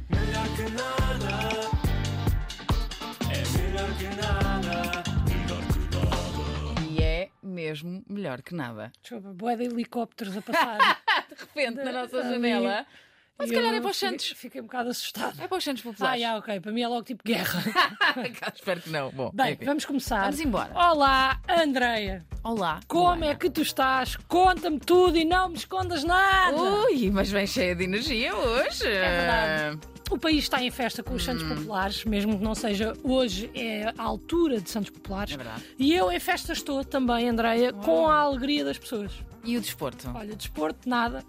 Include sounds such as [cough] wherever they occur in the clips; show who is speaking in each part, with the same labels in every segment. Speaker 1: que nada. É melhor que nada. Melhor que nada.
Speaker 2: E é mesmo melhor que nada.
Speaker 3: Desculpa, boé de helicópteros a passar.
Speaker 2: De repente, na nossa
Speaker 3: Ali.
Speaker 2: janela. [laughs] Mas se
Speaker 3: E
Speaker 2: calhar
Speaker 3: eu
Speaker 2: é para os
Speaker 3: fiquei-
Speaker 2: Santos.
Speaker 3: Fiquei um bocado assustada.
Speaker 2: É para os Santos
Speaker 3: Ah,
Speaker 2: Populares.
Speaker 3: já, ok. Para mim é logo tipo guerra.
Speaker 2: [laughs]
Speaker 3: [laughs]
Speaker 2: Espero que não. Bom,
Speaker 3: Bem,
Speaker 2: enfim.
Speaker 3: vamos começar.
Speaker 2: Vamos embora.
Speaker 3: Olá, Andreia.
Speaker 2: Olá.
Speaker 3: Como
Speaker 2: Luana.
Speaker 3: é que tu estás? Conta-me tudo e não me escondas nada.
Speaker 2: Ui, mas vem cheia de energia hoje.
Speaker 3: É verdade. O país está em festa com os
Speaker 2: Hum.
Speaker 3: Santos Populares, mesmo que não seja hoje, é a altura de Santos Populares.
Speaker 2: É verdade. Oh.
Speaker 3: E eu em festa estou também, Andreia, com a alegria das pessoas.
Speaker 2: E o desporto?
Speaker 3: Olha, desporto, nada.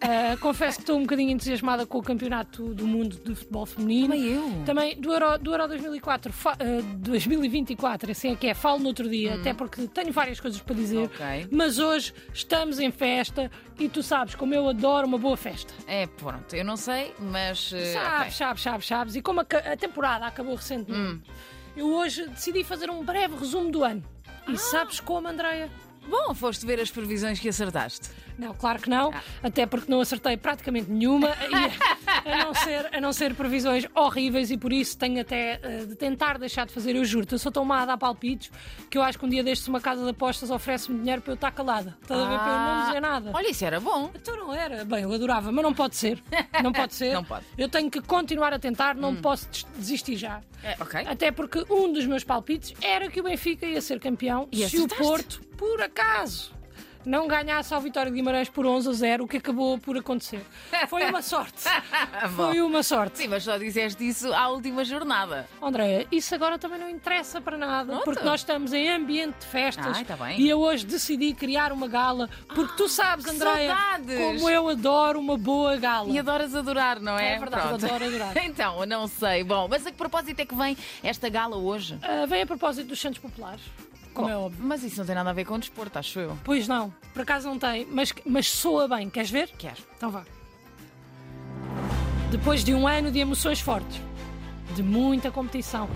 Speaker 3: Ah, confesso que estou um bocadinho entusiasmada com o campeonato do mundo de futebol feminino.
Speaker 2: Também eu.
Speaker 3: Também do Euro, do Euro 2004, fa- ah, 2024, assim é que é, falo no outro dia, até porque tenho várias coisas para dizer.
Speaker 2: Hum. Ok.
Speaker 3: Mas hoje estamos em festa e tu sabes como eu adoro uma boa festa.
Speaker 2: É, pronto, eu não sei, mas. eh,
Speaker 3: Chaves,
Speaker 2: ok.
Speaker 3: chaves, chaves, chaves. E como a, ca- a temporada acabou
Speaker 2: Hum.
Speaker 3: recentemente, eu hoje decidi fazer um breve resumo do ano. E
Speaker 2: Ah.
Speaker 3: sabes como, Andreia?
Speaker 2: Bom, foste ver as previsões que acertaste.
Speaker 3: Não, claro que
Speaker 2: Ah.
Speaker 3: não, até porque não acertei praticamente nenhuma, e a, não ser, a não ser previsões horríveis, e por isso tenho até eh, de tentar deixar de fazer, eu juro-te. Eu sou tão má a dar palpites que eu acho que um dia destes uma casa de apostas oferece-me dinheiro para eu estar calada. Estás a ver? Para eu não dizer nada.
Speaker 2: Ah, Olha, isso era bom.
Speaker 3: Então não era. Bem, eu adorava, mas não pode ser.
Speaker 2: [laughs]
Speaker 3: Não pode ser.
Speaker 2: Não pode. Hum.
Speaker 3: Eu tenho que continuar a tentar, não posso des- desistir já.
Speaker 2: É, ok.
Speaker 3: Até porque um dos meus palpites era que o Benfica ia ser campeão
Speaker 2: E
Speaker 3: se o
Speaker 2: acertaste.
Speaker 3: Porto, por acaso, não ganhasse ao Vitória de Guimarães por 11 a 0, o que acabou por acontecer. Foi uma
Speaker 2: [laughs]
Speaker 3: sorte. Foi uma sorte.
Speaker 2: Sim, mas só disseste isso à última jornada.
Speaker 3: Andréia, isso agora também não interessa para nada,
Speaker 2: Pronto.
Speaker 3: porque nós estamos em ambiente de festas
Speaker 2: Ai, tá bem. Ah,
Speaker 3: e eu hoje decidi criar uma gala, porque tu sabes,
Speaker 2: que
Speaker 3: Andréia,
Speaker 2: saudades!
Speaker 3: como eu adoro uma boa gala.
Speaker 2: E adoras adorar, não é?
Speaker 3: É verdade,
Speaker 2: Pronto.
Speaker 3: adoro adorar.
Speaker 2: [laughs] então, eu não sei. Bom, mas a que propósito é que vem esta gala hoje?
Speaker 3: Ah, vem a propósito dos Santos Populares, como
Speaker 2: Bom,
Speaker 3: é óbvio.
Speaker 2: Mas isso não tem nada a ver com desporto, acho eu.
Speaker 3: Pois não, por acaso não tem, mas, mas soa bem, queres ver?
Speaker 2: Quero.
Speaker 3: Então vá. Depois de um ano de emoções fortes, de muita competição,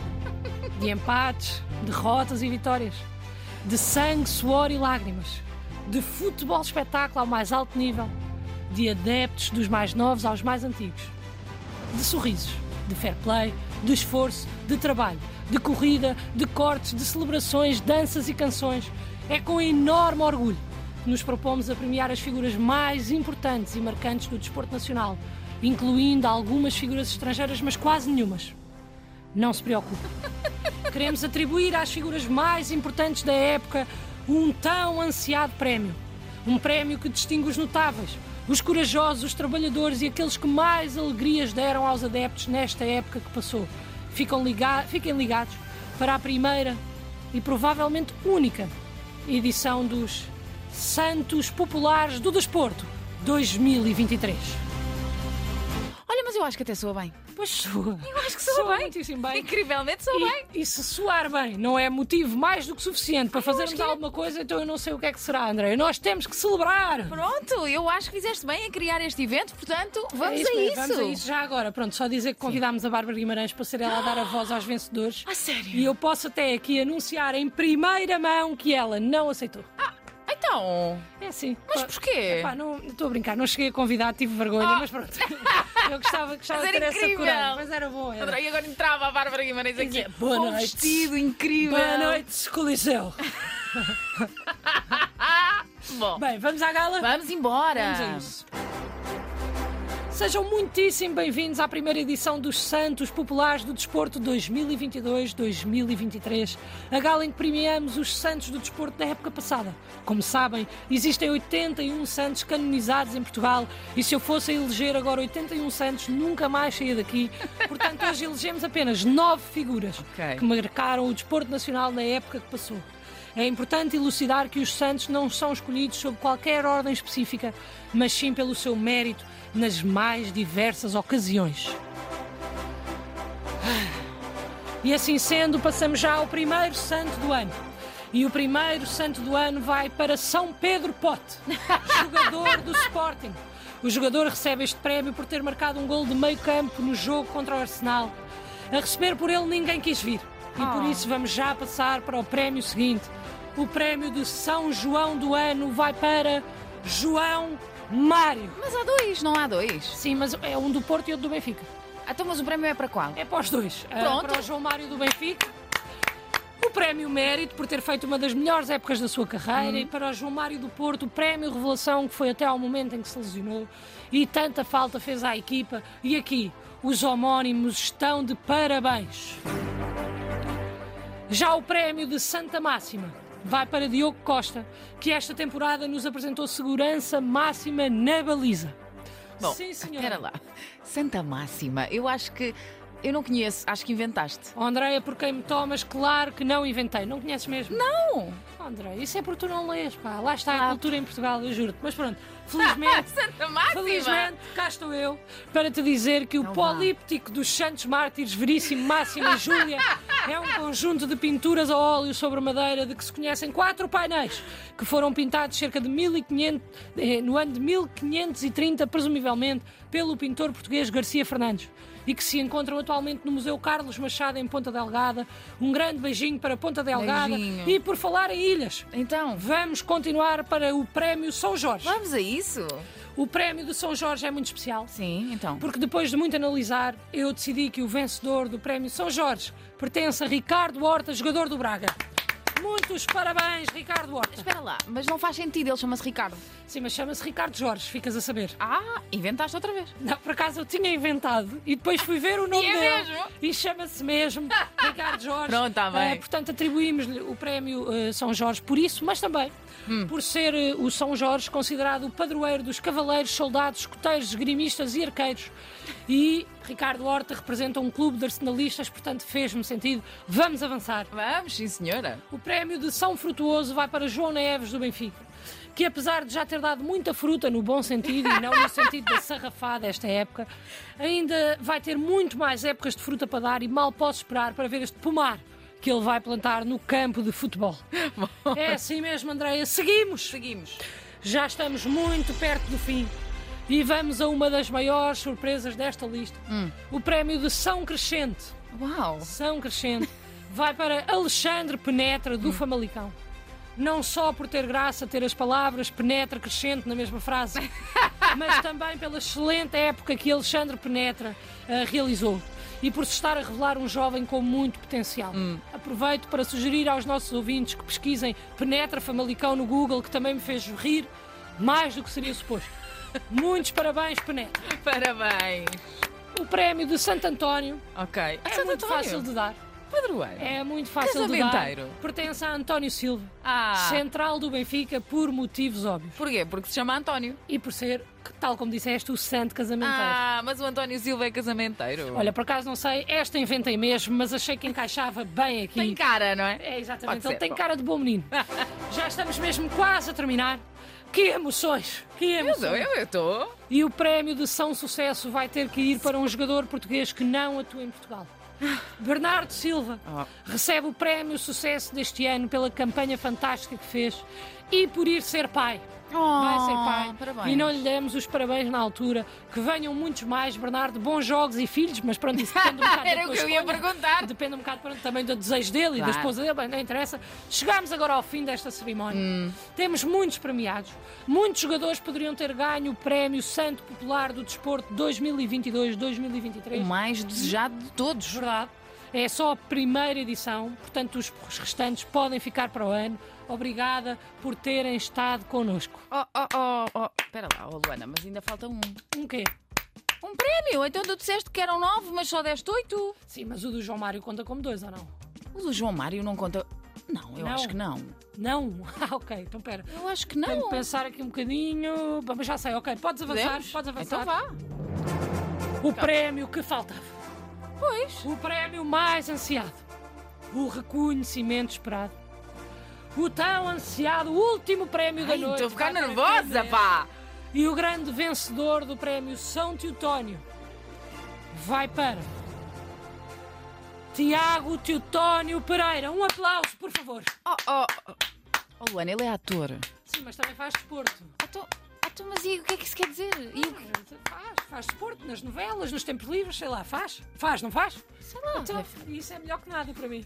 Speaker 3: de empates, derrotas e vitórias, de sangue, suor e lágrimas, de futebol espetáculo ao mais alto nível, de adeptos dos mais novos aos mais antigos, de sorrisos, de fair play, de esforço, de trabalho, de corrida, de cortes, de celebrações, danças e canções. É com enorme orgulho que nos propomos a premiar as figuras mais importantes e marcantes do desporto nacional, incluindo algumas figuras estrangeiras, mas quase nenhumas. Não se preocupe. Queremos atribuir às figuras mais importantes da época um tão ansiado prémio. Um prémio que distingue os notáveis, os corajosos, os trabalhadores e aqueles que mais alegrias deram aos adeptos nesta época que passou. Ficam liga- fiquem ligados para a primeira e provavelmente única edição dos Santos Populares do Desporto 2023.
Speaker 2: Olha, mas eu acho que até soa bem.
Speaker 3: Pois sua.
Speaker 2: Eu acho que soa, bem.
Speaker 3: muitíssimo bem.
Speaker 2: Incrivelmente soa Tá bem.
Speaker 3: E, e se soar bem não é motivo mais do que suficiente para fazermos
Speaker 2: que é.
Speaker 3: alguma coisa, então eu não sei o que é que será, André. Nós temos que celebrar!
Speaker 2: Pronto, eu acho que fizeste bem em criar este evento, portanto, vamos
Speaker 3: É
Speaker 2: a
Speaker 3: mesmo,
Speaker 2: isso.
Speaker 3: Vamos a isso já agora. Pronto, só dizer que convidámos a Bárbara Guimarães para ser ela a dar a voz aos vencedores.
Speaker 2: A Ah, sério?
Speaker 3: E eu posso até aqui anunciar em primeira mão que ela não aceitou.
Speaker 2: Então,
Speaker 3: É sim.
Speaker 2: mas
Speaker 3: Pá,
Speaker 2: porquê?
Speaker 3: Pá, não, estou a brincar, não cheguei a convidar, tive vergonha,
Speaker 2: Oh.
Speaker 3: mas pronto. [laughs] Eu gostava, gostava
Speaker 2: Mas
Speaker 3: de
Speaker 2: era
Speaker 3: ter essa
Speaker 2: incrível.
Speaker 3: coragem, mas era bom. Era.
Speaker 2: André, e agora entrava a Bárbara Guimarães aqui.
Speaker 3: é, Boa
Speaker 2: com um
Speaker 3: noite.
Speaker 2: vestido incrível.
Speaker 3: Boa noite, Coliseu.
Speaker 2: Bom,
Speaker 3: Bem, vamos à gala?
Speaker 2: vamos embora.
Speaker 3: Vamos a isso. Sejam muitíssimo bem-vindos à primeira edição dos Santos Populares do Desporto 2022-2023. A gala em que premiamos os Santos do Desporto da época passada. Como sabem, existem 81 Santos canonizados em Portugal e se eu fosse a eleger agora 81 Santos, nunca mais saía daqui. Portanto, hoje elegemos apenas 9 figuras
Speaker 2: Ok.
Speaker 3: que marcaram o desporto nacional na época que passou. É importante elucidar que os santos não são escolhidos sob qualquer ordem específica, mas sim pelo seu mérito nas mais diversas ocasiões. E assim sendo, passamos já ao primeiro santo do ano. E o primeiro santo do ano vai para São Pedro Pote, jogador do Sporting. O jogador recebe este prémio por ter marcado um gol de meio campo no jogo contra o Arsenal. A receber por ele ninguém quis vir. E por
Speaker 2: Oh.
Speaker 3: isso vamos já passar para o prémio seguinte. O prémio de São João do ano vai para João Mário.
Speaker 2: Mas há dois, não há dois.
Speaker 3: Sim, mas é um do Porto e outro do Benfica.
Speaker 2: Ah, Então, mas o prémio é para qual?
Speaker 3: É para os dois. Ah,
Speaker 2: Pronto.
Speaker 3: Para o João Mário do Benfica. O prémio Mérito por ter feito uma das melhores épocas da sua carreira
Speaker 2: Hum.
Speaker 3: e para o João Mário do Porto, o prémio Revelação, que foi até ao momento em que se lesionou e tanta falta fez à equipa. E aqui, os homónimos estão de parabéns. Já o prémio de Santa Máxima vai para Diogo Costa, que esta temporada nos apresentou segurança máxima na baliza.
Speaker 2: Bom,
Speaker 3: Sim, senhora.
Speaker 2: espera lá. Santa Máxima, eu acho que. Eu não conheço, acho que inventaste.
Speaker 3: Oh, Andréia, por quem me tomas, claro que não inventei. Não conheces mesmo?
Speaker 2: Não!
Speaker 3: Oh, Andréia, isso é porque tu não lês, pá. Lá está a cultura em Portugal, eu juro-te. Mas pronto,
Speaker 2: [laughs]
Speaker 3: felizmente,
Speaker 2: Santa Máxima!
Speaker 3: felizmente, cá estou eu para te dizer que o
Speaker 2: Não vá.
Speaker 3: políptico dos Santos Mártires Veríssimo Máxima e Júlia é um conjunto de pinturas a óleo sobre madeira de que se conhecem quatro painéis que foram pintados cerca de 1500, eh, no ano de 1530, presumivelmente, pelo pintor português Garcia Fernandes e que se encontram atualmente no Museu Carlos Machado em Ponta Delgada. Um grande beijinho para Ponta Delgada.
Speaker 2: Beijinho.
Speaker 3: E por falar em ilhas,
Speaker 2: Então,
Speaker 3: vamos continuar para o Prémio São Jorge.
Speaker 2: vamos a isso?
Speaker 3: O Prémio do São Jorge é muito especial,
Speaker 2: Sim, então.
Speaker 3: porque depois de muito analisar, eu decidi que o vencedor do Prémio São Jorge pertence a Ricardo Horta, jogador do Braga. Muitos parabéns, Ricardo Horta.
Speaker 2: Espera lá, mas não faz sentido, ele chama-se Ricardo.
Speaker 3: Sim, mas chama-se Ricardo Jorge, ficas a saber.
Speaker 2: Ah, inventaste outra vez.
Speaker 3: Não, por acaso eu tinha inventado e depois fui ver o
Speaker 2: [laughs]
Speaker 3: nome
Speaker 2: E é
Speaker 3: dele
Speaker 2: mesmo?
Speaker 3: e chama-se mesmo Ricardo Jorge.
Speaker 2: [laughs] Pronto, tá bem.
Speaker 3: Eh, portanto, atribuímos-lhe o prémio eh, São Jorge por isso, mas também
Speaker 2: Hum.
Speaker 3: por ser eh, o São Jorge considerado o padroeiro dos cavaleiros, soldados, escoteiros, esgrimistas e arqueiros. E Ricardo Horta representa um clube de arsenalistas, portanto fez-me sentido. Vamos avançar.
Speaker 2: Vamos, sim, senhora.
Speaker 3: O prémio de São Frutuoso vai para João Neves do Benfica, que apesar de já ter dado muita fruta no bom sentido e não no sentido da sarrafada esta época, ainda vai ter muito mais épocas de fruta para dar e mal posso esperar para ver este pomar que ele vai plantar no campo de futebol. É assim mesmo, Andreia. Seguimos!
Speaker 2: Seguimos.
Speaker 3: Já estamos muito perto do fim e vamos a uma das maiores surpresas desta lista. O prémio de São Crescente.
Speaker 2: Uau!
Speaker 3: São Crescente vai para Alexandre Penetra do Famalicão. Não só por ter graça ter as palavras penetra crescente na mesma frase, mas também pela excelente época que Alexandre Penetra ah, realizou e por se estar a revelar um jovem com muito potencial. Aproveito para sugerir aos nossos ouvintes que pesquisem Penetra Famalicão no Google, que também me fez rir mais do que seria suposto. Muitos parabéns, Penetra.
Speaker 2: Parabéns!
Speaker 3: O prémio de Santo António
Speaker 2: Ok.
Speaker 3: é muito fácil de dar.
Speaker 2: Padroeiro.
Speaker 3: É muito fácil de dar.
Speaker 2: Casamenteiro.
Speaker 3: Pertence a António Silva,
Speaker 2: Ah.
Speaker 3: central do Benfica, por motivos óbvios.
Speaker 2: Porquê? Porque se chama António.
Speaker 3: E por ser, que, tal como disseste, o santo casamenteiro.
Speaker 2: Ah, mas o António Silva é casamenteiro.
Speaker 3: Olha, por acaso não sei, esta inventei mesmo, mas achei que encaixava bem aqui.
Speaker 2: tem cara, não é?
Speaker 3: É, exatamente.
Speaker 2: Pode
Speaker 3: Ele
Speaker 2: ser,
Speaker 3: tem
Speaker 2: bom.
Speaker 3: cara de bom
Speaker 2: [laughs]
Speaker 3: menino. Já estamos mesmo quase a terminar. Que emoções! Que
Speaker 2: Mas eu
Speaker 3: emoções!
Speaker 2: eu estou.
Speaker 3: E o prémio de São Sucesso vai ter que ir para um jogador português que não atua em Portugal. Bernardo Silva
Speaker 2: Ah.
Speaker 3: recebe o prémio Sucesso deste ano pela campanha fantástica que fez e por ir ser pai. Vai ser
Speaker 2: Ah,
Speaker 3: pai.
Speaker 2: Oh, Parabéns.
Speaker 3: E não lhe demos os parabéns na altura. Que venham muitos mais, Bernardo. Bons jogos e filhos, mas pronto,
Speaker 2: [laughs]
Speaker 3: isso depende um bocado da
Speaker 2: Era o
Speaker 3: tua
Speaker 2: que eu ia
Speaker 3: escolha.
Speaker 2: perguntar.
Speaker 3: Depende um bocado pronto, também do desejo dele e da
Speaker 2: Claro.
Speaker 3: esposa dele, bem, não interessa. Chegámos agora ao fim desta cerimónia.
Speaker 2: Hum.
Speaker 3: Temos muitos premiados. Muitos jogadores poderiam ter ganho o Prémio Santo Popular do Desporto 2022-2023.
Speaker 2: O mais desejado de todos.
Speaker 3: Verdade. É só a primeira edição, portanto, os os restantes podem ficar para o ano. Obrigada por terem estado connosco.
Speaker 2: Oh, oh, oh, oh. Espera lá, oh, Luana, mas ainda falta um.
Speaker 3: Um quê?
Speaker 2: Um prémio! Então tu disseste que eram nove, mas só deste oito.
Speaker 3: Sim, mas o do João Mário conta como dois ou não?
Speaker 2: O do João Mário não conta. Não, eu
Speaker 3: Não.
Speaker 2: acho que não.
Speaker 3: Não? [laughs] Ah, ok, então pera.
Speaker 2: Eu acho que
Speaker 3: Tenho
Speaker 2: não.
Speaker 3: de pensar aqui um bocadinho. Bom, Mas já sei, ok, podes avançar,
Speaker 2: Podemos?
Speaker 3: podes avançar.
Speaker 2: Então vá. Tá.
Speaker 3: O prémio que faltava.
Speaker 2: Pois.
Speaker 3: O prémio mais ansiado. O reconhecimento esperado. O tão ansiado último prémio da
Speaker 2: Ai,
Speaker 3: noite.
Speaker 2: Estou a ficar
Speaker 3: Vai para
Speaker 2: nervosa,
Speaker 3: quem
Speaker 2: pá!
Speaker 3: merece. E o grande vencedor do prémio São Teutónio vai para. Tiago Teutónio Pereira. Um aplauso, por favor.
Speaker 2: Oh, oh, oh. oh, Luana, ele é ator.
Speaker 3: Sim, mas também faz desporto.
Speaker 2: Então, então, mas e o que é que isso quer dizer? E o que...
Speaker 3: Faz, faz desporto nas novelas, nos tempos livres, sei lá, faz. Faz, não faz?
Speaker 2: Sei lá.
Speaker 3: Então, isso é melhor que nada para mim.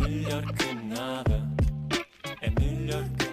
Speaker 1: Melhor que nada, é melhor que